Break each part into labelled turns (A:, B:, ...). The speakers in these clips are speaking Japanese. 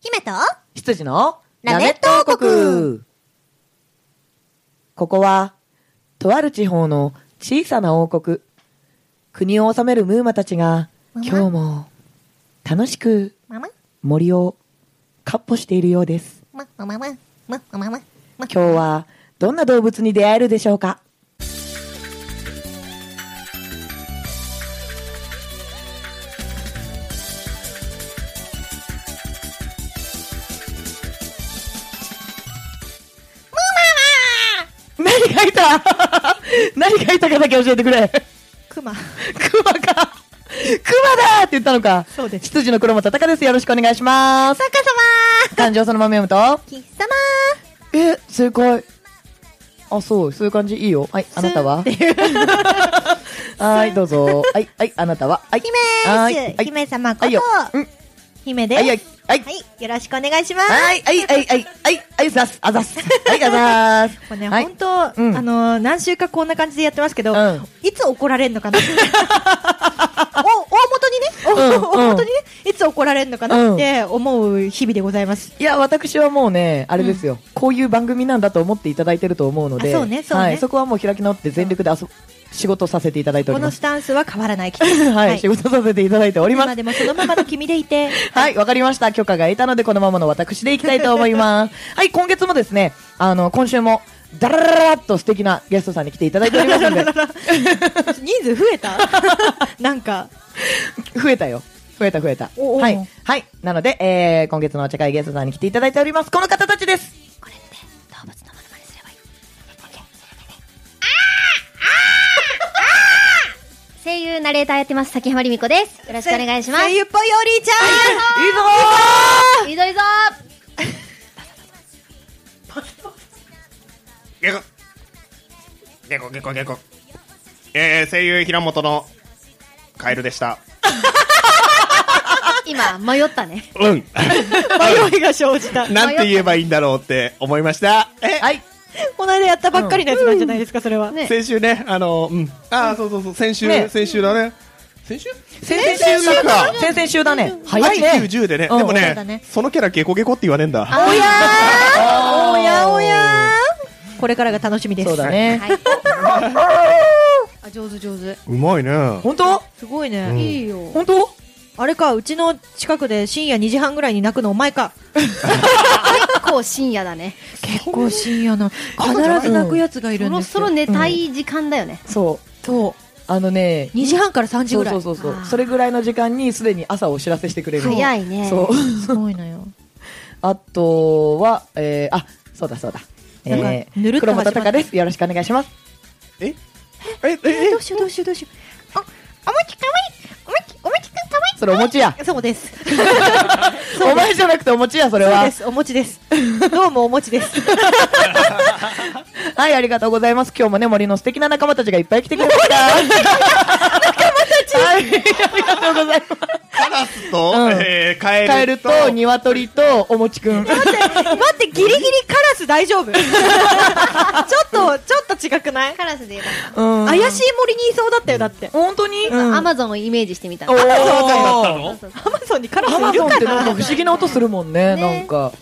A: 姫と
B: 羊の
A: ラメット王国
B: ここは、とある地方の小さな王国。国を治めるムーマたちが、
A: ムーマ
B: 今日も、楽しく
A: ママ
B: 森を、かっ歩しているようです。
A: ママママママママ今
B: 今日は、どんな動物に出会えるでしょうか 何がいた何がいたかだけ教えてくれ。
A: クマ
B: クマか。クマだって言ったのか。
A: そうです
B: 羊の黒本隆です。よろしくお願いします。
A: 坂様
B: 感情そのまま読むと。
A: 貴様
B: え、正解。あ、そう、そういう感じいいよ。はい、あなた ははい、どうぞ。はい、はい、あなたは。はい、は
A: 姫で
B: い
A: す
B: は
A: 姫様
B: い
A: こ
B: はいよ。
A: と
B: うん
A: 姫です
B: はい、はい、はい。
A: はいよろしくお願いします
B: はい、はい、はい、はい、はい、はい、ざっす、あざっす。はい、あざっす。
A: もうね、
B: はい
A: 本当、
B: うん
A: あのー何週かこんな感じでやってますけど、
B: うん
A: いつ怒られるのか なお大元にね、お
B: うんうん
A: 大元にね、いつ怒られるのかなって思う日々でございます。
B: いや、私はもうね、あれですよ、こういう番組なんだと思っていただいてると思うので、
A: あそうねそうね
B: はい、そこはもう開き直って全力で遊ぶ仕事させていただいてお
A: こ
B: り
A: の
B: ま
A: ス
B: す。
A: タンスは変わらない。きっと
B: はい、
A: はい
B: 仕事させていただいており
A: 今
B: ます。
A: でもそのままの君でいて、
B: はい、わかりました。許可が得たので、このままの私でいきたいと思います。はい、今月もですね、あの、今週も、ダララララっと素敵なゲストさんに来ていただいておりま すので、
A: 人数増え たなんか、
B: 増えたよ。増えた増えた。
A: おお
B: はい。はい。なので、えー、今月のお茶会ゲストさんに来ていただいております。この方たちです。
A: これって動物のマネマネすればいい。
C: 声優ナレーターやってます、崎浜りみこです。よろしくお願いします。
A: 声
C: いい
A: 優っぽいよ、りーちゃ
B: いいぞ
C: ぞいいぞ
D: ゲコゲコゲコゲコえー、声優平本のカエルでした
C: 今、迷ったね。
D: うん
A: ん。迷いが生じた。こ
D: なんて言えばいいんだろうって思いましたえ
B: はい。
A: の間やったばっかりのやつなんじゃないですか、それは。
C: ね
D: 先週ねあのうんあーそうそうそう先週、
B: ね
D: 先週だね先週
B: 先
D: 々週か
B: 先々週だね。早い
D: 8、
B: ね。
D: 9、10でね、
B: うん
D: でも
A: そう
D: ね
A: だね
D: そのキャラゲコゲコって言わねえんだ
A: おやーおやおやーこれからが楽しみです。
B: そうだね。
C: はい。
A: あ上手上手。
D: うまいね
B: 本当
A: すごいね。
D: うん
C: いいよ。
B: 本当
A: あれか、うちの近くで深夜2時半ぐらいに泣くのお前か。
C: 結構深夜だね。
A: 結構深夜の。必ず泣くやつがい
C: そ
A: るん
C: ろ
A: です
C: そろ寝たい時間だよね。
B: そう。そう。あのね、
A: 2時半から3時ぐ
B: そう
A: らい。
B: そうそうそう
C: あ。ー
B: それぐらいの時間にすでに朝をお知らせしてくれる。
C: 早いね。
B: そう。
A: すごいのよ。
B: あとは、えー、あ、そうだそうだ。
A: なんか
B: え
A: ぬるっ
B: ー、
A: と始
B: 黒
A: まった
B: 本隆です。よろしくお願いします。
D: ええええ
A: どうしようどうしようどうしよう。あ、おもちかわいい。おもち、おもちくんかわい
B: それお 餅や。
A: い。そうです。
B: お前じゃなくてお餅や、それ
A: そう
B: は
A: で。す。おもちです。どうもおもちです。
B: はい、ありがとうございます。今日もね、森の素敵な仲間たちがいっぱい来てくれました。仲間たちはい、ありがとうございます。
D: カラスと、
B: うん
D: えー、カエルと
B: カエルと、鶏と、お餅くん。
A: 待って、ギリギリカラス大丈夫ちょっと、ちょっと違くない
C: カラスで言えば
B: うん
A: 怪しい森にいそうだったよ、だって。
B: 本当に
C: いいか。
B: ア
C: アマゾンをイメージしてみた
B: お
C: の。
B: ー
C: そうそうそう
A: アマゾンにカラス
B: ア
A: い
B: マ
A: る
B: ゾンっ
A: か
B: てなん
A: な
B: か不思議な音するもんね、
C: ね
B: なんか。
D: うん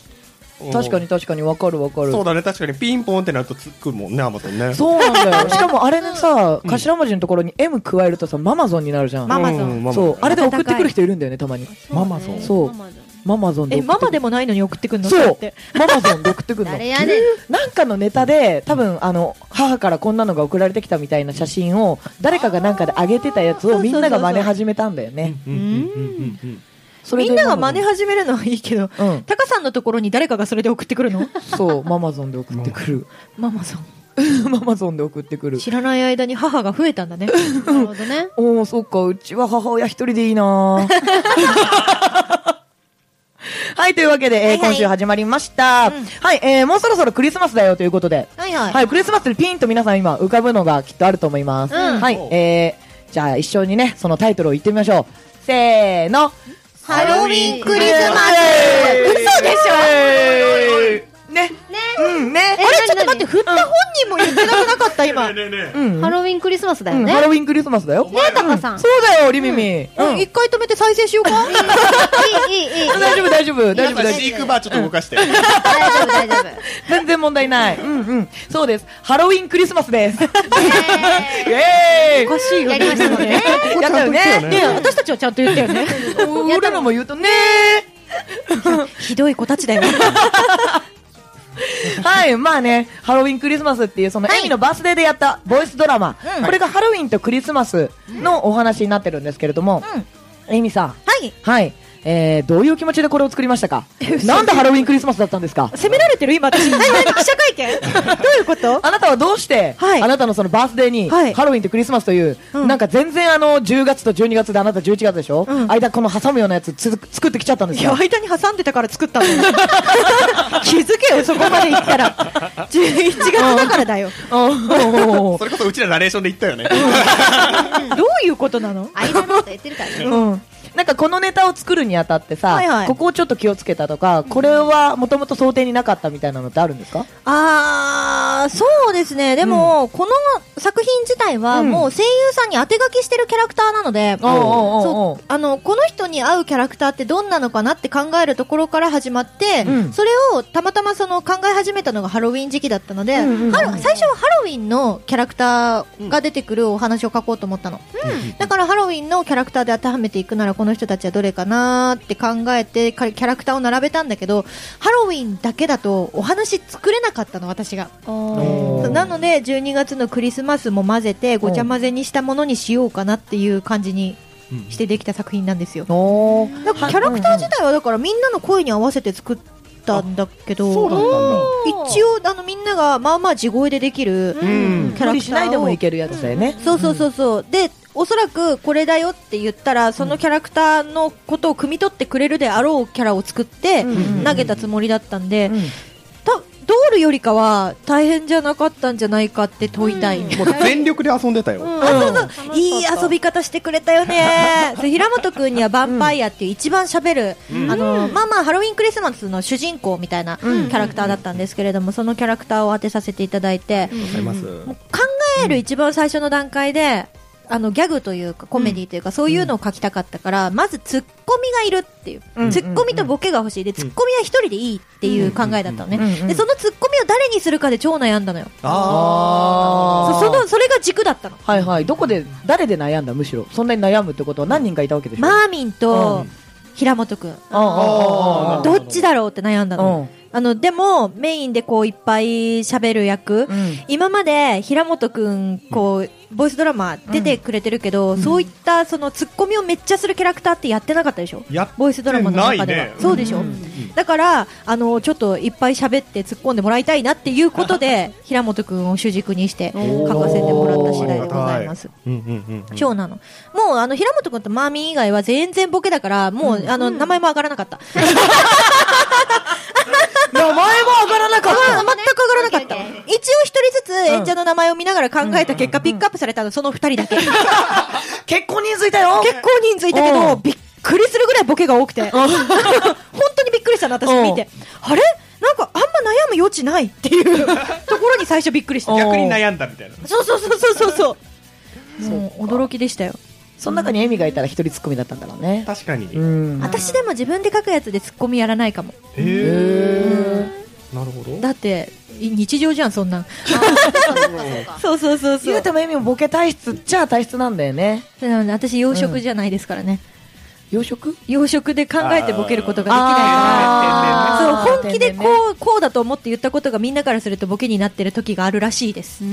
B: 確かに確かにわかるわかる。
D: そうだね確かにピンポンってなるとつくもんねアマゾンね
B: そうなんだよ。しかもあれねさ、頭文字のところに M 加えるとさ、ママゾンになるじゃん。
A: ママゾン
D: うんママゾ
B: そ
D: ン
B: う、あれで送ってくる人いるんだよね、たまに。
D: ママゾン
B: そう
C: ママゾン
B: ママゾンで
A: え、
B: 送っ
A: マ
B: て
A: マ
B: くる。
A: でもないのに送ってくんのだ
B: そ
A: っ
B: う
A: て。、
B: ママゾンで送ってくるの。
C: 誰やねん。
B: なんかのネタで、多分あの母からこんなのが送られてきたみたいな写真を、誰かがなんかで上げてたやつ
A: あー
B: をみん
A: そうそうそ
B: な
A: う
B: が
A: そう
B: 真似始めたんだよね。
D: うんうんうんうん
B: それ
A: み
B: で
A: んなが真似
B: ママ
A: 始めるのはいいけど、
B: ゾンうん、
A: タカさんのところに誰かがそれで送ってくるの
B: そう、ママゾンで送ってくる。
A: ママさん。
B: ママゾンで送ってくる。
A: 知らない間に母が増えたんだね。
C: なるほどね。
B: おお、そっか、うちは母親一人でいい なぁはい、というわけで、えー
A: はいはい
B: 今週始まりました。
A: うん
B: はい、えー、もうそろそろクリスマスだよということで、
A: はいは
B: はい、クリスマスでピンと皆さん今浮かぶのがきっとあると思います。
C: うん
B: はい、えー、じゃあ一緒にね、そのタイトルを言ってみましょう。せーの。
C: ハロウィンク
A: リスマス
B: 嘘でしょね、
C: ね
B: うん、ね。
C: え
E: あれちょっと
C: 何
E: 待って振った本人も言ってなくなかった今
D: ねえねえね
B: うん。
C: ハロウィンクリスマスだよ
B: うん
C: ね。
B: ハロウィンクリスマスだよ。
C: ねえ、タカさん。
B: そうだよ、リミミ。うん。
E: 一回止めて再生しようか
C: いい、いい、いい。
B: 大丈夫、大丈夫、大丈夫、
D: なんか
B: 大
D: 飼
B: 丈夫。
D: 育バーちょっと動かして。
C: 大丈夫、大丈夫。ね
B: 全然問題ない。うんうん。そうです。ハロウィンクリスマス です。イ
C: え
B: ェーイ
E: おかしいよね
C: やりましたもんね
B: やったよね。
E: ね私たちはちゃんと言ったよね
B: ね俺らも言うとね
E: ひどい子たちだよ
B: はい、まあね、ハロウィンクリスマスっていう、そのエミのバースデーでやったボイスドラマ、これがハロウィンとクリスマスのお話になってるんですけれども、エミさん、
E: はい
B: はい、えー、どういう気持ちでこれを作りました かなんでハロウィンクリスマスだったんですか
E: 責められてる今私何何 記者会見どういうこと
B: あなたはどうして、
E: はい
B: あなたのそのバースデーに、
E: はい
B: ハロウィンとクリスマスという、
E: うん
B: なんか全然あの、10月と12月であなた11月でしょ、
E: うん
B: 間この挟むようなやつつ作ってきちゃったんです
E: いや
B: よ。
E: 間に挟んでたから作ったの 気づけよそこまで言った ら11月だからだよ
B: おー
D: それこそうちらナレーションで言ったよね。
E: どういうことなの
C: 間のこと言ってるからね。
B: うんなんかこのネタを作るにあたってさ、
E: はいはい
B: ここをちょっと気をつけたとか、これはもともと想定になかったみたいなのってあるんですか
A: あー、そうですね。でも、この作品自体は、
B: うん
A: もう声優さんに当て書きしてるキャラクターなので、
B: おうおうおうおう
A: そうあの、この人に合うキャラクターってどんなのかなって考えるところから始まって、
B: うん
A: それをたまたまその考え始めたのがハロウィン時期だったので、
B: うんうんうん
A: ハロ最初はハロウィンのキャラクターが出てくるお話を書こうと思ったの。だからハロウィンのキャラクターで当てはめていくならこの人たちはどれかなーって考えてかキャラクターを並べたんだけどハロウィンだけだとお話作れなかったの私が
B: おー
A: なので12月のクリスマスも混ぜてごちゃ混ぜにしたものにしようかなっていう感じにしてできた作品なんですよ
B: おー
A: だからキャラクター自体はだからみんなの声に合わせて作ったんだけど
B: そうだったんだ
A: 一応あのみんながまあまあ地声でできるキ
D: ん
A: ャラ
B: 無
A: ク
B: 理
A: タ
B: しないで
A: ー
B: も
A: を
B: いけるやつだよね。
A: そうそうそうそう。で、おそらくこれだよって言ったら、そのキャラクターのことを汲み取ってくれるであろうキャラを作って
B: うん
A: 投げたつもりだったんで、
B: うん
A: たドールよりかは大変じゃなかったんじゃないかって問いたい。
D: もう全力で遊んでたよ。
A: あそうそういい遊び方してくれたよねそう平本君にはバンパイアっていう一番喋る、あのまあまあハロウィンクリスマスの主人公みたいなキャラクターだったんですけれども、そのキャラクターを当てさせていただいて、
D: わかります。
A: もう考える一番最初の段階で、あのギャグというかコメディというか、そういうのを書きたかったから、まずツッコミがいるっていう、
B: うん
A: ツッコミとボケが欲しいで、ツッコミは一人でいいっていう考えだったのね、
B: うんうん
A: でそのツッコミを誰にするかで超悩んだのよ
B: あ
A: そ
B: ー
A: そのそれが軸だったの
B: はいはい。どこで、誰で悩んだむしろ。そんなに悩むってことは何人かいたわけでしょ
A: マーミン
B: う
A: と
B: ん
A: 平本くん、
B: あ
D: ー
A: どっちだろうって悩んだの、あのでもメインでこういっぱい喋る役、
B: うん
A: 今まで平本くんこう、ボイスドラマ出てくれてるけど、そういったそのツッコミをめっちゃするキャラクターってやってなかったでしょ
D: やって
A: ボイスドラマの中では、
D: ないね
A: そうでしょ、だからあのちょっといっぱい喋って突っ込んでもらいたいなっていうこと で平本くんを主軸にして書かせてもらった次第でございます
D: うんうんうんうん。
A: 長なの。もう、あの、平本くんとマーミン以外は全然ボケだから、もう、あの、名前も上がらなかった。名前も上がらなかった全く上がらなかった。一
C: オッケーオ
A: 応一人ずつ演者の名前を見ながら考えた結果、ピックアップされたの、その二人だ け。結
B: 結構人数いたよ
A: 構人数いたけ
B: う
A: ど、
B: ん
A: びっくりするぐらいボケが多くて。本当にびっくりしたの、私見て。あれなんか、あんま悩む余地ないっていう ところに最初びっくりした。
D: 逆に悩んだみたいな。
A: そうそうそうそうそうそう。もう、驚きでしたよ。
B: その中にエミがいたら一人ツッコミだったんだろうね。
D: 確かに。
B: う
D: へ
B: ん。
A: 私でも自分で書くやつでツッコミやらないかも
D: え。なるほど。
A: だってい日常じゃんそんなん そうそうそうそ
B: 言う
A: う
B: てもエミもボケ体質っちゃ体質なんだよね。
A: そうなので私洋食じゃないですからね、
B: 洋食
A: 洋食で考えてボケることができない
B: あ
A: から
B: ー
A: そう本気でこ
B: 天然ね
A: うこうだと思って言ったことがみんなからするとボケになってる時があるらしいです
B: お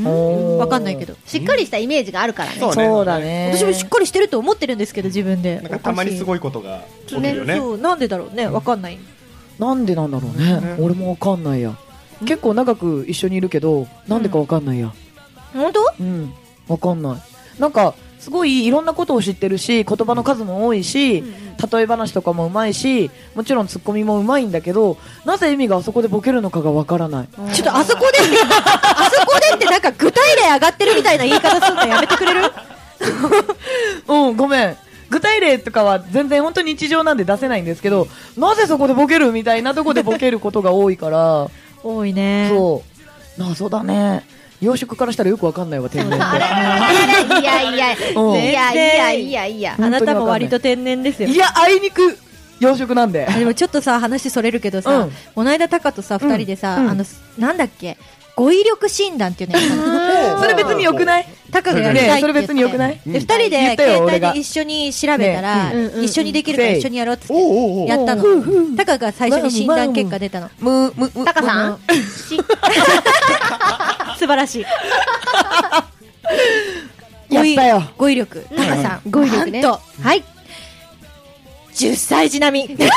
B: ー
A: わかんないけど
C: しっかりしたイメージがあるからね。
D: そうね
B: そうだね。
A: 私もしっかりしてると思ってるんですけど自分で
D: なんかたまにす
A: い
D: ごいことが起きるよね。
A: そうなんでだろうねわかんない
B: なんでなんだろうね。俺もわかんないや。結構長く一緒にいるけど、なんでかわかんないや。
A: 本当
B: うん。わかんない。なんか、すごいいろんなことを知ってるし、言葉の数も多いし、例え話とかもうまいし、もちろんツッコミもうまいんだけど、なぜエミがあそこでボケるのかがわからない。
A: ちょっとあそこでって、あそこでってなんか具体例上がってるみたいな言い方するのやめてくれる
B: うん、ごめん。具体例とかは全然本当に日常なんで出せないんですけど、なぜそこでボケるみたいなとこでボケることが多いから、
A: 多いね
B: そう謎だね洋食からしたらよくわかんないわ天然 って
C: あららららいやいやい
B: うん
C: やいやいやいや
B: う
F: あ
B: ん
F: なたも割と天然ですよ
B: いやあいにく洋食なんで
A: あでもちょっとさ話それるけどさ、
B: うん
A: この間タカとさ二人でさ、
B: うん
A: あのなんだっけ語彙力診断っていうのやったの
B: それ別によく ない
A: タカがやり
B: ね
A: た
B: え
A: いって言って、
B: それ別によくない
A: で二人
B: 言
A: で
B: ったよ
A: 携
B: 俺
A: 帯
B: が
A: で一緒に調べたら、
B: ね
C: えうん
A: 一緒にできるから
B: せい
A: 一緒にやろうって
D: おうおうおう
A: やったのタカが最初に診断結果出たの
B: むむむ
C: タカさん
F: 素晴らしい
B: やったよ
A: 語彙力タカさん
C: 語彙力ね
A: なんとはい10歳児並み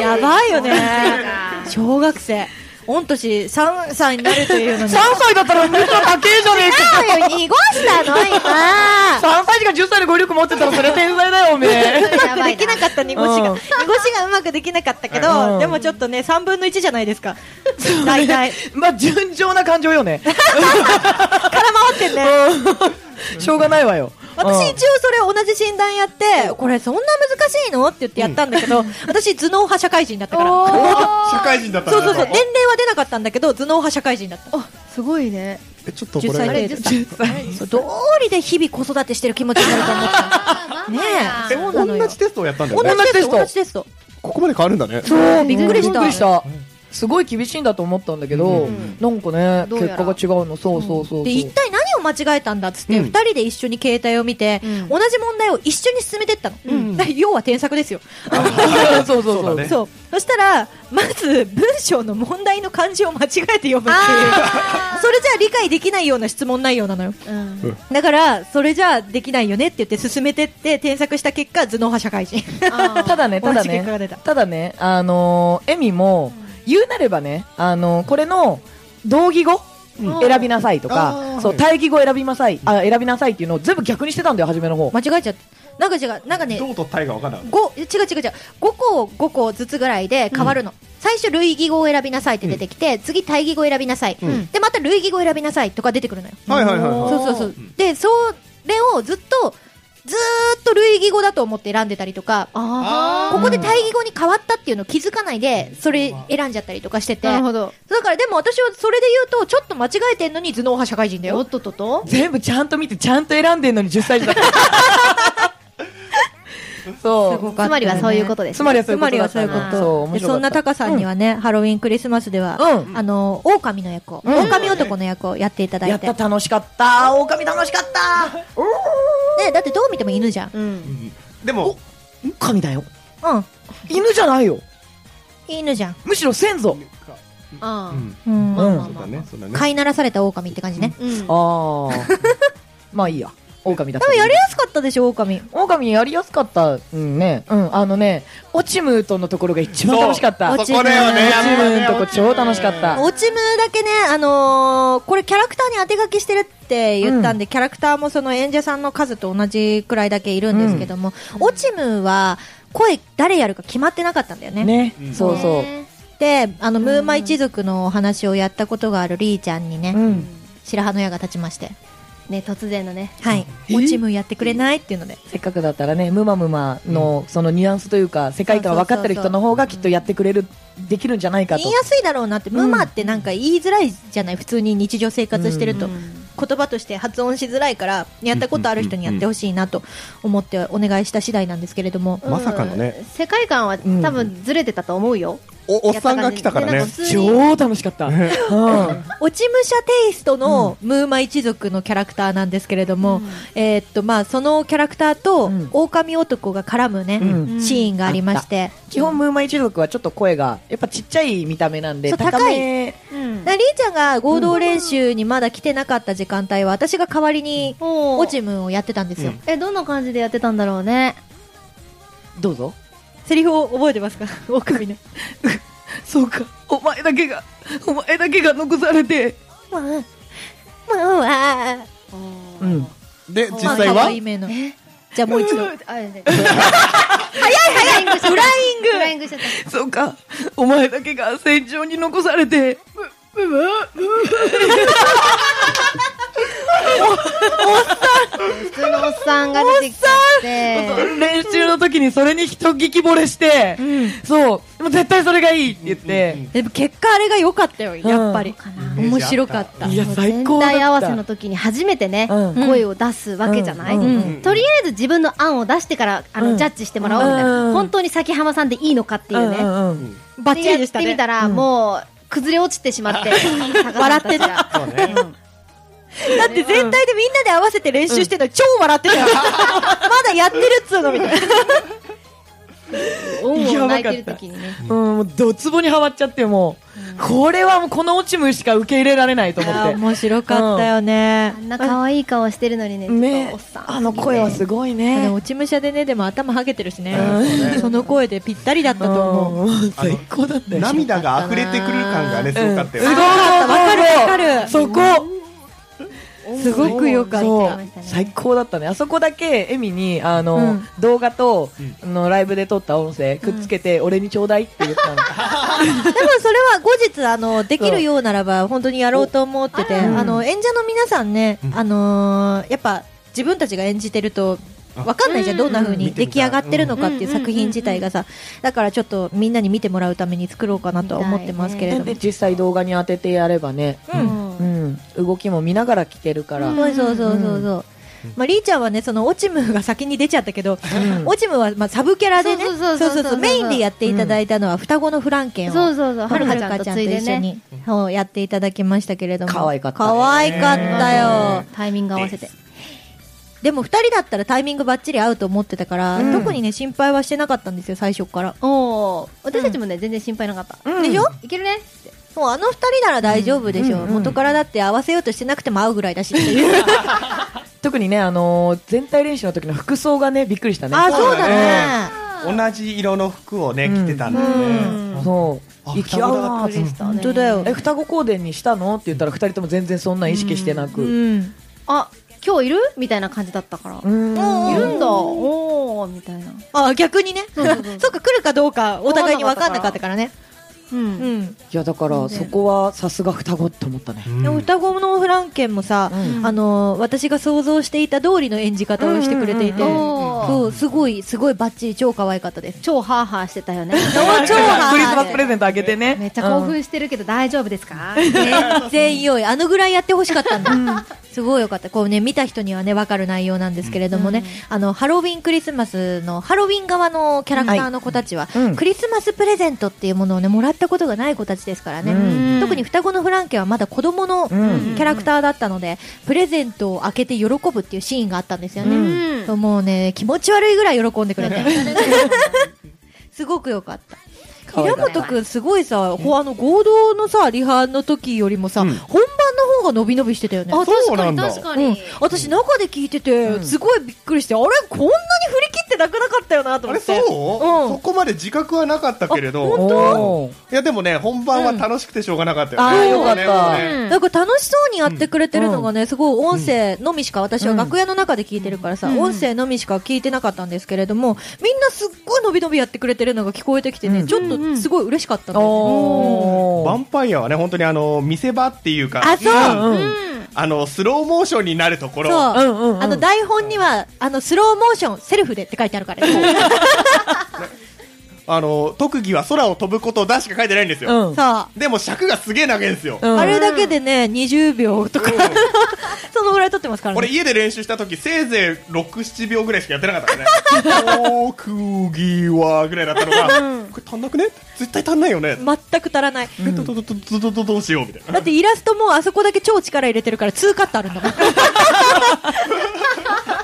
A: やばいよね 小学生御年3歳になるという のに
B: 3歳だったらむしろ高えじゃねえか
A: よ濁したの今
B: 3歳児が10歳で語彙力持ってたらそれは天才だよおめえ
C: や
F: うま
C: ば
F: く
C: い
F: できなかった煮干しが
B: うん
F: 煮干しがうまくできなかったけ
B: うん
F: どでもちょっとね3分の1じゃないですか大体
B: まあ順調な感情よね
F: 空回ってんね
B: しょうがないわよ
A: 私一応それ同じ診断やってこれそんな難しいのって言ってやったんだけど私頭脳派社会人だったから
D: お社会人だった
A: そうそうそう
D: なん
A: 年
D: か
A: 齢は出なかったんだけど頭脳派社会人だった
C: すごいね
D: えちょっとこ
A: 10
D: れ
A: 歳程度そうどうりで日々子育てしてる気持ちになると思ったねえそうなの
D: 同
A: よ
D: じテストをやったんだ よ
A: 同
D: ね
A: じテスト
B: 同
A: 同
B: じ
A: じテスト
D: ここまで変わるんだね
B: そう
A: びっくりした
B: びっくりしたすごい厳しいんだと思ったんだけど、
D: うん
B: なんかね
A: どうや
B: 結
A: ら
B: 果が違うのそうそうそうそう
A: で一体何を間違えたんだっつって
D: うん
A: 二人で一緒に携帯を見て
C: うん
A: 同じ問題を一緒に進めてったの
D: ん
A: だから 要は添削ですよ
B: そうそうそう
D: そうだね
A: そうそしたらまず文章の問題の漢字を間違えて読むっていうそれじゃ理解できないような質問内容なのよ
C: うん
A: だからそれじゃできないよねって言って進めてって添削した結果頭脳派社会人
B: ただねただ
A: 同じ結果が出た
B: ねただねあのーエミも言うなればねあのーこれの同義語選びなさいと
D: あ
B: か
D: ー
B: そう対義語選びなさいあ選びなさいっていうのを全部逆にしてたんだよ初めの方
A: 間違えちゃったなんか違うなんかね
D: どうとタイが分からなかっ
A: 五違う違う違う5個5個ずつぐらいで変わるの、最初類義語を選びなさいって出てきて、次対義語を選びなさい、
D: うん
A: でまた類義語を選びなさいとか出てくるのよ、
D: たはいはいはい
A: そう
D: はい
A: そうそうでそれをずっとずーっと類義語だと思って選んでたりとか
C: あ
A: ここで対義語に変わったっていうのを気づかないでそれ選んじゃったりとかして
C: ー
A: て
C: な
A: だ
C: る
A: か
C: ほど
A: らでも私はそれで言うとちょっと間違えてんのに頭脳派社会人だ
C: お
A: よ
C: っとっとっと
B: 全部ちゃんと見てちゃんと選んでんのに10歳児だったそう
C: つまりはそういうことです
B: つまりはそうい
A: つ
B: うこ
A: ま
B: と
A: り
B: だ
A: は
B: っ
A: そう
B: た
A: いうこ
B: な
A: と
B: そう面
A: で
B: 白か
A: そ
B: った
A: んなタカさんにはね、ハロウィンクリスマスでは、
B: うん
A: あの狼の役を、
B: うん
A: 狼男の役をやっていただ
B: や
A: い
B: ってた楽しかった狼楽しかった
A: ねだってどう見ても犬じゃんう
C: うん
D: でも
B: 狼だよ
A: ん
B: 犬じゃないよ
A: 犬じゃん、
B: むしろ先祖
C: あ
D: う
C: ー
D: ん
A: うん
B: うん
D: そうだねそうだね
A: 飼いならされた狼って感じね、
C: うん
B: ああ まあいいや狼だった
A: 多分やりやすかったでしょ狼
B: 狼やりやすかった、うん、ね、うん、あのね、オチムートンのところが一番楽しかった。
A: そう
B: オ
A: オ
B: チ
A: チ
D: そこだよ
A: 落
D: ねやっぱ
B: ムー
D: ね
B: ンとこ超楽しかった。
A: 落ちムだけね、あのーこれキャラクターに当て書きしてるって言ったんで、キャラクターもその演者さんの数と同じくらいだけいるんですけども、落ちムは声誰やるか決まってなかったんだよね。
B: ね
D: う、ん
B: そうそう。
A: で、あの、ムーマ一族のお話をやったことがあるリーちゃんにね、
B: うん。
A: 白羽の矢が立ちまして、
C: ね突然のね
A: はい、落ちムやってくれないっていうので、
B: せっかくだったらね、ムマムマのそのニュアンスというか、世界観分かってる人の方がきっとやってくれる、できるんじゃないかと
A: 言い。やすいだろうなって、
B: ん
A: ムーマってなんか言いづらいじゃない、普通に日常生活してると。言葉として発音しづらいからやったことある人にやってほしいなと思ってお願いした次第なんですけれども、
D: まさかのね
C: うん世界観は多分ずれてたと思うよ
D: おおっさんが来たから
C: や
D: ね
C: った感じでなんか普通に
B: 超楽しかった。うん。
A: 落ち武者テイストのムーマ一族のキャラクターなんですけれども、えーっとまあそのキャラクターと
B: うん
A: 狼男が絡むね、
B: うん
A: シーンがありまして、
B: 基本、ムーマ一族はちょっと声が、やっぱちっちゃい見た目なんで、
A: そう
B: 高め。
C: うん
A: なりーちゃんが合同練習にまだ来てなかった時間帯は私が代わりに
C: おー
A: 落ちムーをやってたんですよ、
D: うん
C: えどんな感じでやってたんだろうね
B: どうぞ。
A: セリフを覚えてますか 奥見ね
B: そうか、お前だけが、お前だけが残されて。
A: もうもうあ
B: うん。
D: で実
A: ーまあ
D: 際
A: 可
D: は
A: 愛い目のじゃあもう一度
C: あええ早い早いフライングフライングしちゃった
B: そうか、お前だけが戦場に残されて。
C: 普通のおっさんが出てきちゃって
B: 練習のの時にそれに人聞き惚れして、そう、もう絶対それがいいって言って、
F: でも結果あれが良かったよ、やっぱり。面白かった。
B: いや、最高だった。
C: 体合わせの時に初めてね、
B: うん
C: 声を出すわけじゃない、
B: うん
D: うん
C: とりあえず自分の案を出してからあの、
B: うん
C: ジャッジしてもらおうみたいな、
B: うん
C: 本当に崎浜さんでいいのかっていうね、
B: うんうんうん
D: うん
F: バッチリでした
C: やってみ
F: ね。
C: たら、もう崩れ落ちてしまって笑ってた
D: そうね。
F: だって全体でみんなで合わせて練習してたら超笑ってたよ。まだやってるっつうのみたいな。
C: 恩を
B: やばか
C: 泣
B: っ
C: い
B: た
C: てる時にね
B: うん、もうドツボにハマっちゃってもう、これはもうこの落ちムしか受け入れられないと思
F: あ
B: っ
F: 面白かったよね
C: あ。んな可愛い顔してるのに
B: て。
C: ねちょっと
B: ね
C: おっさん
B: あの声はすごい
A: あでも
B: ね。
A: 落ち武者でねでも頭はげてるしね
D: うん
A: その声でぴったりだったと思う
B: うん最高だったよ。
D: 涙が溢れてくる感がね、すごかったよ
B: うんす
D: ね。
B: ごいわかるわか
F: る
B: そこ
C: す
B: すごくよかったそ
C: ま
B: う
C: したね
B: 最高だったねあそこだけエミにあの、
A: うん
B: 動画と、あのライブで撮った音声くっつけて、俺にちょうだいって言ったの
A: 多分それは後日あのできるようならば本当にやろうと思ってて
B: ら
A: あの演者の皆さんね
D: うん
A: あのーやっぱ自分たちが演じてるとわかんないじゃん
C: あ
A: どんな風
D: う
A: に
D: ん見て
A: 出
D: み
A: 来
D: たい
A: 上がってるのかっていう作品自体がさだからちょっとみんなに見てもらうために作ろうかなとは思ってますけれども
B: で実際動画に当ててやればね、
C: うん
B: うん、動きも見ながら聞けるから、
A: そうそうそうそうそう。まあ、リーちゃんはね、そのオチムが先に出ちゃったけど、オチムはまあサブキャラでね、
C: そうそうそうそう
A: メインでやっていただいたのは双子のフランケンを、
C: そうそうそうはる
A: は
C: か
A: る
C: ちゃん
A: か
C: と
A: ちゃん
C: つ
A: と
C: いで
A: 一緒
C: ね
A: に、そうやっていただきましたけれども。
B: 可愛かったね
A: 可愛かったよ。
C: タイミング合わせて
A: でも二人だったらタイミングバッチリ合うと思ってたから、
B: うん
A: 特にね、心配はしてなかったんですよ、最初から。
C: おお私たちもね全然心配なかった、
B: うん
A: でしょ
C: いけるねって
A: もうあの二人なら大丈夫でしょ、
B: うんうん
A: 元からだって合わせようとしてなくても合うぐらいだしっていう。
B: 特にね、あのー全体練習の時の服装がねびっくりしたね
A: あ、
D: そ
A: そううだ
D: だね
A: ね。
D: 同じ色の服をね、着てたんだよね。
B: そう
D: あ
B: 行き合うな
D: 双子だ
B: ー
D: った
B: って
A: 本当だよ
B: え。双子コーデにしたのって言ったら二人とも全然そんな意識してなく、
A: うん。
C: あ今日いるみたいな感じだったから、
B: うん
C: いるんだおおみたいな
A: あ逆にね そ
C: そうそうそう
A: っか来るかどうかお互いに分かんなかったからね
C: うん
A: うん
B: いやだからそこはさすが双子って思ったね、
A: でも双子のフランケンもさ、
B: うん
A: あのー私が想像していた通りの演じ方をしてくれていて、
B: うんうん
C: おー
A: そうすごいすごいバッチリ超可愛かったです
C: 超ハーハーしてたよね
A: 超ハーハー
B: クリスマスプレゼントあげてね
C: めっちゃ興奮してるけど大丈夫ですか、
A: 全員用意あのぐらいやってほしかったんだ、すごいよかったこうね見た人にはね分かる内容なんですけれどもね、あのハロウィンクリスマスのハロウィン側のキャラクターの子たちは、
B: うん
A: クリスマスプレゼントっていうものをねもらったことがない子たちですからね、
B: う
A: 特に双子のフランケンはまだ子供のキ
B: ん
A: ャラクターだったので、プレゼントを開けて喜ぶっていうシーンがあったんですよね、
C: うん
A: そうもうね気持ち悪いぐらい喜んでくれて すごく良かった
B: 可愛
A: 平
B: かった
A: 本くんすごいさ、ほあの合同のさリハの時よりもさ、
D: うん
A: 本番の方が伸び伸びしてたよね。
D: あそうなんだ
C: 確か
A: う
C: に
A: ん、私中で聞いてて、
B: うん
A: すごいびっくりしてあれこんなに振り切ってなくなかったよなと
D: あ
A: 思
D: れ
A: って
D: そう、
A: ん
D: そこまで自覚はなかったけれど。
B: おー
D: いやでもね、本番は楽しくてしょうがなかったよ
B: うんあ
D: ね。
B: ーよかった
D: もうねもうね
A: なんか楽しそうにやってくれてるのがね、すごい音声のみしか、私は楽屋の中で聞いてるからさ、音声のみしか聞いてなかったんですけれども、みんなすっごい伸び伸びやってくれてるのが聞こえてきてね、
B: うん
A: ちょっとすごい嬉しかったんですよね。
B: お
D: ヴァ
B: ー
D: ンパイアはね、本当にあの、見せ場っていうか、
A: あ、そう、
B: うん
D: あの、スローモーションになるところ。
A: そう、
B: うんうんうん
A: あの台本には、あのスローモーション、セルフでって書いてあるから、ね、
D: あの、特技は空を飛ぶことだしか書いてないんですよ。
B: うん
A: さあ、
D: でも尺がすげえ長いんですよ。
B: うん
A: あれだけでね、20秒とか、 そのぐらい撮ってますから
D: 俺
A: ね。
D: 家で練習した時せいぜい6、7秒ぐらいしかやってなかったからね。おー、空技はぐらいだったのが、これ足んなくね絶対足んないよね。
A: 全く足らない。
D: えどどどどどどどどうしようみたいな。
A: だってイラストもあそこだけ超力入れてるから、2カットあるん だもん。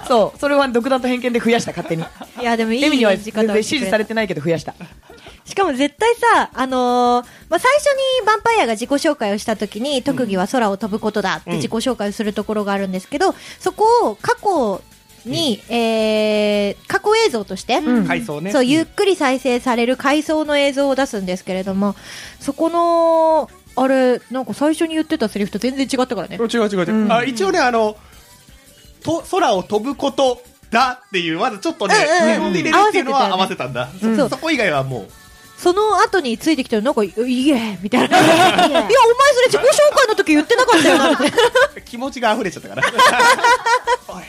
B: そうそれは独断と偏見で増やした勝手に
A: いや、でもいい
B: エミには
A: 演じ
B: 全
A: 方を
B: 然
A: してくれた
B: 指示されてないけど増やした
A: しかも絶対さ、あのーまあ、最初にヴァンパイアが自己紹介をした時に、特技は空を飛ぶことだって自己紹介をするところがあるんですけど、そこを過去に、えー、過去映像として、
B: ん
D: 回想ね。
A: そう、ゆっくり再生される回想の映像を出すんですけれども、そこの、あれ、なんか最初に言ってたセリフと全然違ったからね
D: 違。う違う違う。
B: うん
D: あ一応ね、あの、と空を飛ぶことだっていう、まずちょっとね、
A: うんうん
D: 日本で入れるっていうのは合
A: 合
D: わ
A: わ
D: せ
A: せ
D: たんだ。
A: よね
D: そ
A: うん
D: そこ以外はも
A: その後についてきてる、なんか、いいえ、みたいな。いや、お前それ自己紹介の時言ってなかったよな、みたいな。
D: う、気持ちが溢れちゃったから。おい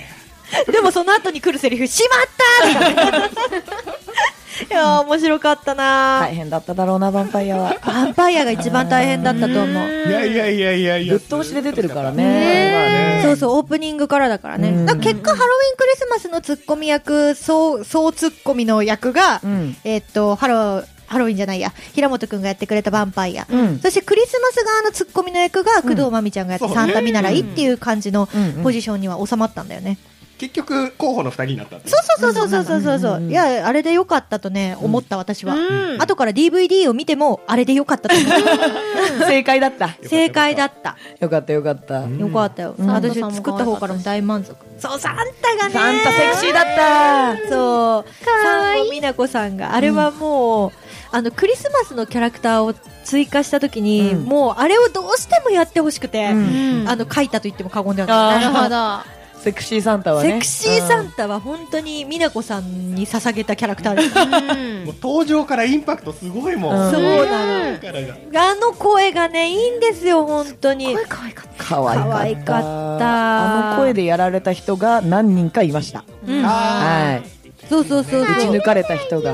F: でもその後に来るセリフ、しまった ーいやー、面白かったな
B: 大変だっただろうな、ヴァンパイアは。
A: ヴァンパイアが一番大変だったと思う。
D: いやいやいやいやいや。
B: ぶっ通しで出てるからね。
A: そうそう、オープニングからだからね。
B: うん
A: だから結果、ハロウィンクリスマスのツッコミ役、総、総ツッコミの役が、
B: うん
A: えっと、ハロ、ハロウィンじゃないや、平本くんがやってくれたヴァンパイア。
B: うん
A: そしてクリスマス側のツッコミの役が、工藤真美ちゃんがやって、
D: そうね
A: サンタ見習いっていう感じの
B: うん
A: ポジションには収まったんだよね。
D: 結局、候補の二人になったって。
A: そうそうそうそうそうそう。いや、あれでよかったとね、思った私は。後から DVD を見ても、あれでよかったと思
B: 正解だった。
A: う。 正解だった。
B: よかったよかった。
A: よかったよ。私作った方からも大満足。そう、サンタがね。
B: サンタセクシーだった。
A: そう。サンゴ美奈子さんが、あれはもう、あの、クリスマスのキャラクターを追加した時に、
B: うん
A: もう、あれをどうしてもやってほしくて、
B: うん
A: あの、書いたと言っても過言ではない。
B: あー
A: なる
C: ど。
B: うんセクシーサンタ
A: ほど
B: はね。
A: セクシーサ
B: うん
A: ンタは本当に美奈子さんに捧げたキャラクターです。そう
D: もう登場からインパクトすごいもん。
B: うん
A: なの。
D: からが。
A: あの声がね、いいんですよ、本当に。
C: 可愛かっ
B: 可愛かった
A: 可愛かった
B: あの声でやられた人が何人かいました。
A: うん
B: は
D: あ
B: い。
A: そうそうそう
B: 打ち
A: そう。
B: 抜かれた人が。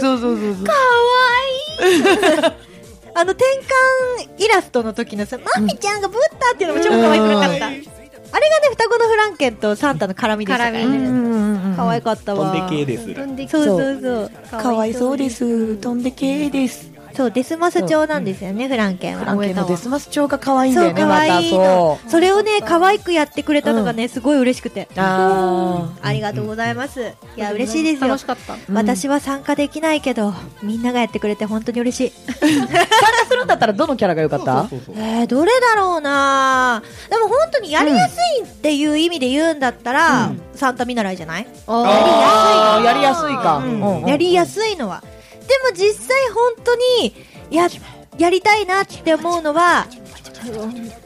B: そうそうそうそう。
A: あの、転換イラストの時のさ、マミちゃんがブッダっていうのも超可愛くなかった。あれがね、双子のフランケンとサンタの絡みでしたから
C: 絡み
A: ね。
B: うんうんうん
A: 可愛かったわ。
D: 飛んで系です。
C: た。飛んでき
A: そうそうそう。
B: かわいそうです。飛んで系です。
A: そう、デスマス調なんですよね、フランケンは。
B: フランケンのデスマス調が可愛いんだ
A: そ
B: よ
A: う、
B: ね、
A: 可
B: また。
A: 愛いの
B: そ。
A: それをね、可愛くやってくれたのがね、すごい嬉しくて。
B: う。あ
A: ありがとうございます。いや、嬉しいですよ
C: 楽し。かった。
B: うん
A: 私は参加できないけど、みんながやってくれて本当に嬉しい。
B: あ。するんだったらどのキャラが良かった
D: そうそうそう
A: えー、どれだろうなでも本当にやりやすいっていう意味で言うんだったら、サンタ見習いじゃない
B: あーやりやすいか。
D: うん
B: うんうん
A: やりやすいのは。でも実際本当に、や、やりたいなって思うのは、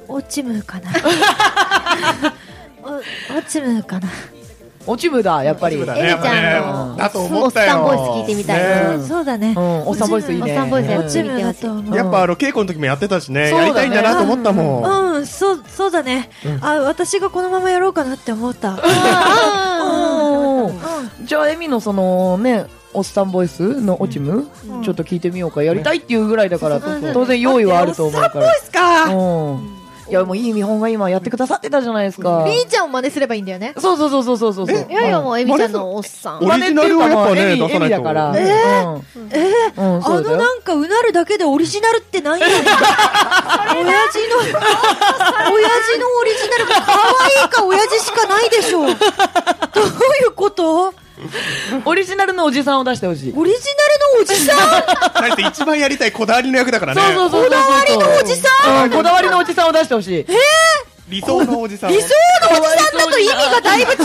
A: おオチムーか な。おオチムーかな。
B: 落ちぶだ、やっぱり。
D: そう
B: う
D: だ
B: ん。
D: ね、
C: エ
D: やっ
C: ミち
D: ぱね
C: ゃんの
D: だと思った
C: お
D: よ。
C: っさんボイス聞いてみたい
D: ね
A: そうだね。
B: おっさんボイスいいね。
C: おっさんボイスや
A: オ
C: っ
A: チ
C: て
A: ムー
C: みてほ
A: だ
C: しい
A: と思う。
D: やっぱあの稽古の時もやってたしね、
B: そう
D: や
B: だね
D: りたいんだなと思ったもん。
A: うん、そう、そうだね。あ、私がこのままやろうかなって思った。
B: おーじゃあ、エミのそのね、おっさんボイスの落ちむ、ちょっと聞いてみようか。やりたいっていうぐらいだから、当然用意はあると思うから。
A: ですか
B: うん。いや、もういい見本が今やってくださってたじゃないですか。
A: みーちゃんを真似すればいいんだよね。
B: そうそうそうそうそうそう。
D: え
C: いやいや、もうエミちゃんのおっさん。
D: オリジナルをやっぱね、出さないと。
B: だから。
D: ね
A: えー
B: うん。うん、
A: あ
B: そ
A: の
B: うだよ。
A: なんかうなるだけでオリジナルってない やねん親父の、親父のオリジナルが可愛いか親父しかないでしょう。どういうこと
B: オリジナルのおじさんを出してほしい。
A: オリジナルのおじさん
D: だって一番やりたいこだわりの役だからね。
B: そうそうそうそうそう。こだわりのお
A: じさ
B: ん、こだわりのおじさんを出してほしい。
D: 理想のおじさんを。
A: 理想のおじさんだと意味がだいぶ違うよ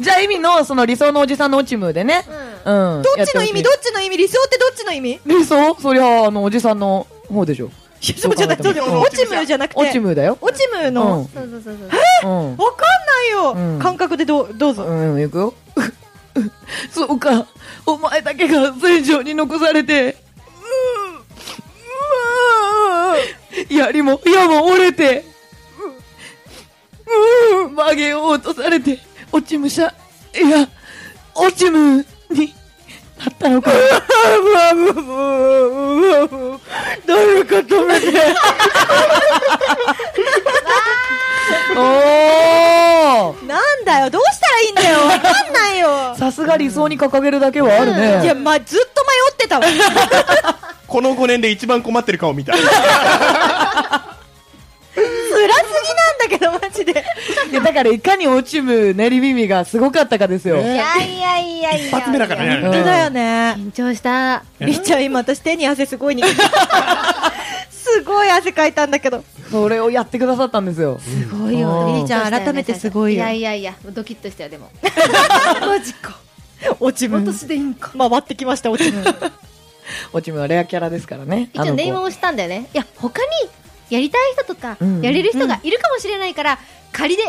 B: じゃあ、エミのその理想のおじさんのオチムでね。うん。
A: どっちの意味どっちの意味理想ってどっちの意味
B: 理想そりゃ、あの、おじさんの方でしょ。
A: そうじゃない、そうじゃない。オチムじゃなくて。
B: オチムだよ。
A: オチム
B: う
A: の。
B: ん。
C: そうそうそうそう。
B: うん。
A: わかんない
B: うん
A: よ感覚でどうどうぞ。
B: うん、行くよ。そうか、お前だけが戦場に残されて、槍も矢も折れて、うん曲げようとされて、落ち武者、いや、落ちむになったのか。誰か止めて。おー
A: なんだよ、どうしたらいいんだよ、わかんないよ。
B: さすが理想に掲げるだけはあるね。
A: いや、ま、ずっと迷って たわ。
D: この5年で一番困ってる顔みたい。
A: 辛すぎなんだけど、マジで。
B: いやだからいかに落ちむ練り耳がすごかったかですよ。
C: いやいやいやいや。
D: 一発目だからね。
B: うん
A: 本当だよね。
C: 緊張した。
A: りっちゃん、今私手に汗すごいに。すごい汗かいたんだけど。
B: それをやってくださったんですよ。
A: すごい
B: うん
A: よ。りっちゃん、改めてすごい
C: い
A: よ
C: や。いやいや、ドキッとしたよ、でも。
A: マジか。落ちむ。
C: 私でいいんか。
A: 回ってきました、落ちむ。
B: 落ちむはレアキャラですからね。
C: 一応ネームをしたんだよね。いや、他にやりたい人とか
B: うん、
C: やれる人がいるかもしれないから、仮で、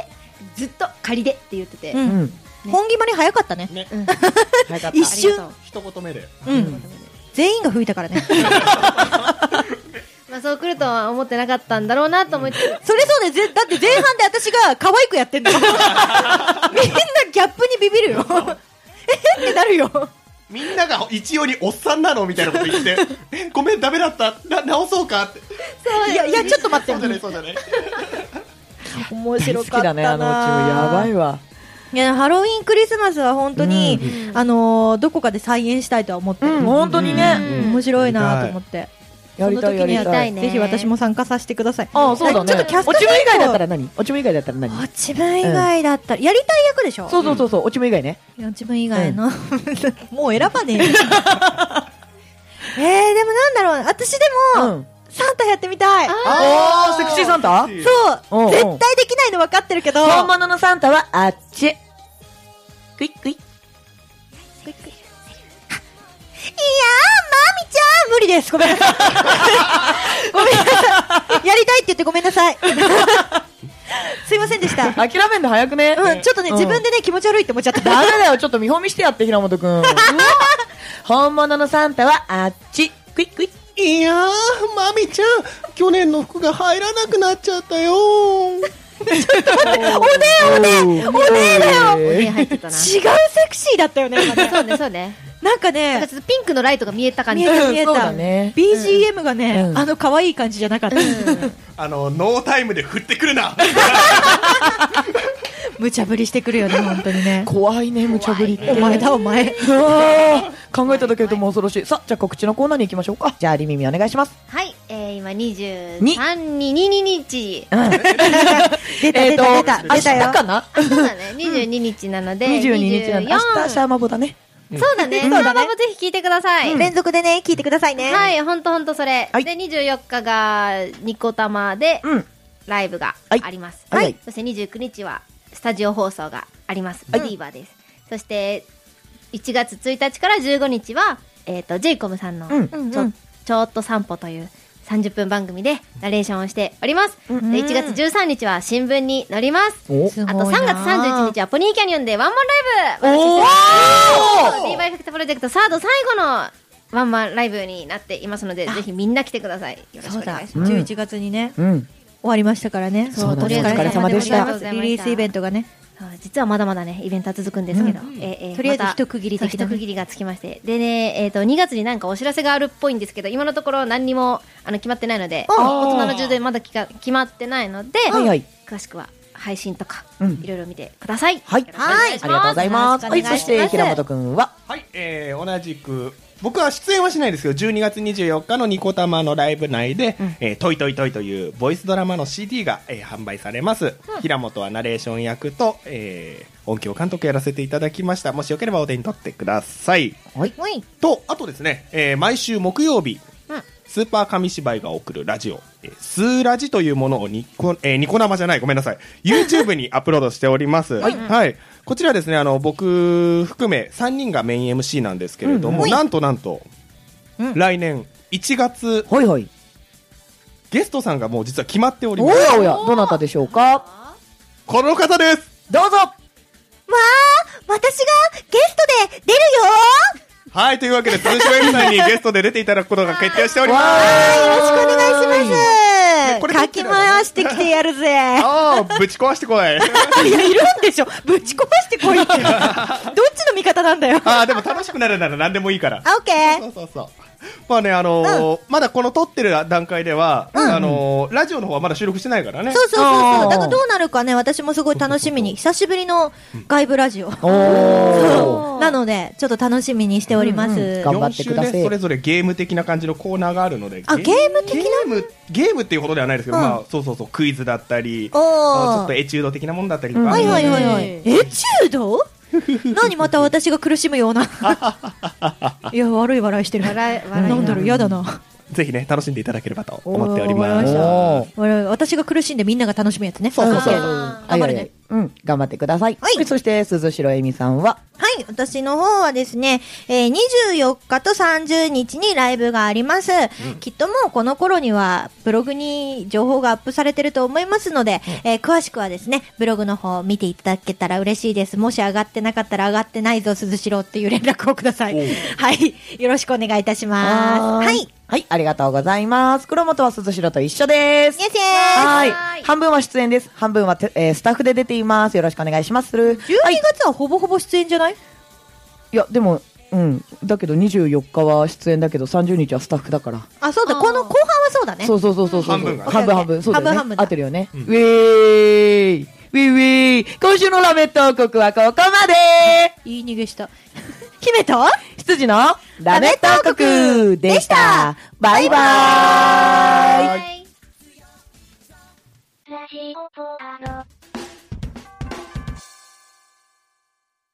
C: ずっと仮でって言ってて。
A: う。
C: うん
B: うんん。
A: 本決まり早かったね。
B: 早かっ
A: 一
B: た。
A: 瞬。
D: 一言目で。
A: うん。全員が吹いたからね。
C: ままあ、そう来るとは思ってなかったんだろうなと思って、
F: それそうでぜだって前半で私が可愛くやってんの みんなギャップにビビるよえってなるよ
D: みんなが一様におっさんなのみたいなこと言って、えごめん、ダメだった、な直そうかって。
F: いやいやちょっと待
D: そう
F: っ
D: だね、
F: て
D: そうだね。
B: 面
F: 白かったな
B: 好きだねあのうちもやばいわ
A: いやハロウィンクリスマスは本当に、あのーどこかで再現したいとは思ってる、
B: 本当にね
C: うん
A: 面白いなと思って、
B: やりたいやり
C: その時にやりた
B: た
C: い
B: い
C: ね
A: ぜひ私も参加させてください
B: ああそうだね
A: ちょっとキャスト
B: 落ち目以外だったら何落ち目以外だったら何
A: 落ち分以外だったら、やりたい役でしょ
B: そうそうそうそう落ち目以外ね
A: 落ち分以外の、 もう選ばねええー、でもなんだろう私で
B: う
A: も、
B: ん
A: サンタやってみたい
B: あーセクシーサンタ
D: セクシー
A: そう、
B: うんうん
A: 絶対できないの分かってるけど
B: 本物のサンタはあっちクイックイ
A: いやー、まみちゃん無理です。ごめんなさい。 ごめんなさい。やりたいって言ってごめんな さい。すいませんでした。
B: 諦めんの早くね
A: うん、ちょっとね、自分でね、気持ち悪いって思っちゃった。
B: ダメだよちょっと見本見してやって平本 くん本物のサンタはあっちクイックイ
D: いやー、まみちゃん、去年の服が入らなくなっちゃったよ
B: おねえだよ
C: おね入ってたな。
A: 違うセクシーだったよね、今ね。
C: そうね、そうね。
A: なんか
C: なんか
A: ね、
C: ちょっとピンクのライトが見えた感じ。
A: 見えた
C: う
A: 見え
B: そうだ
A: た。
B: ね
A: BGM がね、
B: うん
A: あの可愛い感じじゃなかった。
C: ん
D: あの、ノータイムで振ってくるな
A: 無茶ぶりしてくるよね、本当にね。
B: 怖いね無茶ぶり
A: お前だ、お前。
B: うわー考えただけでも恐ろしいさあじゃあ告知のコーナーに行きましょうかじゃあリミミお願いします
C: はい、えー、今23に22日。
A: 出た、出た、出た。出
B: 明日
A: たよ。
B: かな
C: あ、そうだね。22日なので。
B: 22日なんで明日シャーマボだね
C: そうだね。そ
A: ん
C: のままぜひ聞いてください。
A: 連続でね、聞いてくださいね。
C: はい、ほんとほんとそれ。
B: はい
C: で、24日がニコタマで
B: うん
C: ライブが
B: はい
C: あります。
B: はい
C: そして29日はスタジオ放送があります。
B: はい
C: ディーバーです。そして、1月1日から15日は、えっ、と、ジェイコムさんの、
B: うん
A: うん
C: ちょちょっと散歩という30分番組でナレーションをしております。で1月13日は新聞に載ります。
B: お
A: す
C: あ
A: ご
C: と
A: いな
C: 3月31日はポニーキャニオンでワンマンライブ
B: おー
C: 私たちの b バイフェクトプロジェクトサード最後のワンマンライブになっていますのでぜひみんな来てくださいよろしく
A: そ
C: お
A: うだ
C: 願いします
B: うん
A: 11月にね、
B: うん
A: 終わりましたからね。
B: そうだね
A: お疲れ様でし
C: お疲れ
A: た。
C: 様でした
A: リリースイベントがね。
C: そう実はまだまだねイベントは続くんですけど、ええ
A: とりあえず
C: また
A: 一区切り的なね
C: そう一区切りがつきましてでね、えー、と2月になんかお知らせがあるっぽいんですけど今のところ何にもあの決まってないので大人の充電まだきか決まってないので、
B: はいはい
C: 詳しくは配信とか、
B: うん
C: いろいろ見てください
B: はい
C: よろしくお願し
B: ありがとうございます
A: よろ
B: は
A: しくお願いし
B: いそ
A: ます
B: して平本くんは
D: はい、えー、同じく、僕は出演はしないですけど、12月24日のニコタマのライブ内で、えートイトイトイというボイスドラマの CD が、えー販売されます。平本はナレーション役と、えー音響監督やらせていただきました。もしよければお手に取ってください。
B: はい
A: はい。
D: と、あとですね、えー毎週木曜日、
C: うん
D: スーパー紙芝居が送るラジオ、えースーラジというものをニコ、えーニコ生じゃない、ごめんなさい、YouTube にアップロードしております。はい。こちらですね、あの、僕含め3人がメイン MC なんですけれども、なんとなんと、
A: うん
D: 来年1月、
B: ほいほい
D: ゲストさんがもう実は決まっており
B: お
D: ます。
B: やおやどなたでしょうか
D: この方です
B: どうぞ
A: わー私がゲストで出る
D: はい、というわけで、鈴木エミさんにゲストで出ていただくことが決定しております。
A: よ
B: よ
A: ーよろしくお願いし
D: ね
A: ま
D: これ
A: すかき回してきてやるぜ
D: ああ、ぶち壊してこい。
A: いや、いるんで しょぶち壊してこい って。どっちの味方なんだよ。
D: ああ、でも楽しくなるなら何でもいいから。
A: あ、オッケ
D: そ
A: ー
D: うそうそう。まあね、あのーまだこの撮ってる段階では、あのーラジオの方はまだ収録してないからね。
A: そうそうそう
B: あ
A: そう。
B: ー
A: だからどうなるかね、私もすごい楽しみに。久しぶりの外部ラジオ。
B: おー
A: なので、ちょっと楽しみにしておりま
B: うんう
A: す
B: ん。頑張
D: 4
B: って
D: 週
B: ください
D: ね、それぞれゲーム的な感じのコーナーがあるので。
A: あゲーム的な
D: ゲーム、ゲームっていうほどではないですけど、
A: うん
D: まあ、そうそうそう、クイズだったり、
A: おー
D: あのちょっとエチュード的なものだったりとか。
A: はいはいはいはい。
F: う
A: エチュード何また私が苦しむような。いや、悪い笑いしてる。
C: 笑い笑い
A: なんだろう、嫌だな。
D: ぜひね、楽しんでいただければと思っておりま
A: お
D: す。
A: ー
B: おー
A: 笑い私が苦しんでみんなが楽しむやつね。
D: そうそうそう
A: オッケー
B: は
A: 頑張
B: いは
A: る
B: い
A: ね
B: はいうん頑張ってください
A: はい
B: そして鈴代恵美さんは
A: はい、私の方はですね、えー24日と30日にライブがあります、きっともうこの頃にはブログに情報がアップされてると思いますので、えー詳しくはですね、ブログの方を見ていただけたら嬉しいです。もし上がってなかったら上がってないぞ、鈴代っていう連絡をください。はい、よろしくお願いいたします。
B: はーい
A: はい。
B: はい、ありがとうございます。黒本は鈴代と一緒です。
A: イエスイエーイ
B: はい
C: はーい。
B: 半分は出演です。半分はて、えースタッフで出ています。よろしくお願いします。12
A: 12
B: はい、
A: 月はほぼほぼ出演じゃない
B: いや、でも、うん。だけど24日は出演だけど30日はスタッフだから。
A: あ、そうだ、
C: あー
A: この後半はそうだね。
B: そうそうそうそうそう。
D: 半分が
B: 半分半分。そうだよね。
A: 半分半分だ
B: 合ってるよね。ウェーイウィーウィー今週のラメット王国はここまで
A: 言い逃げした。 姫と
B: 羊のラメット王国でしたバイバーイ
C: はい。
G: ラジオポアド。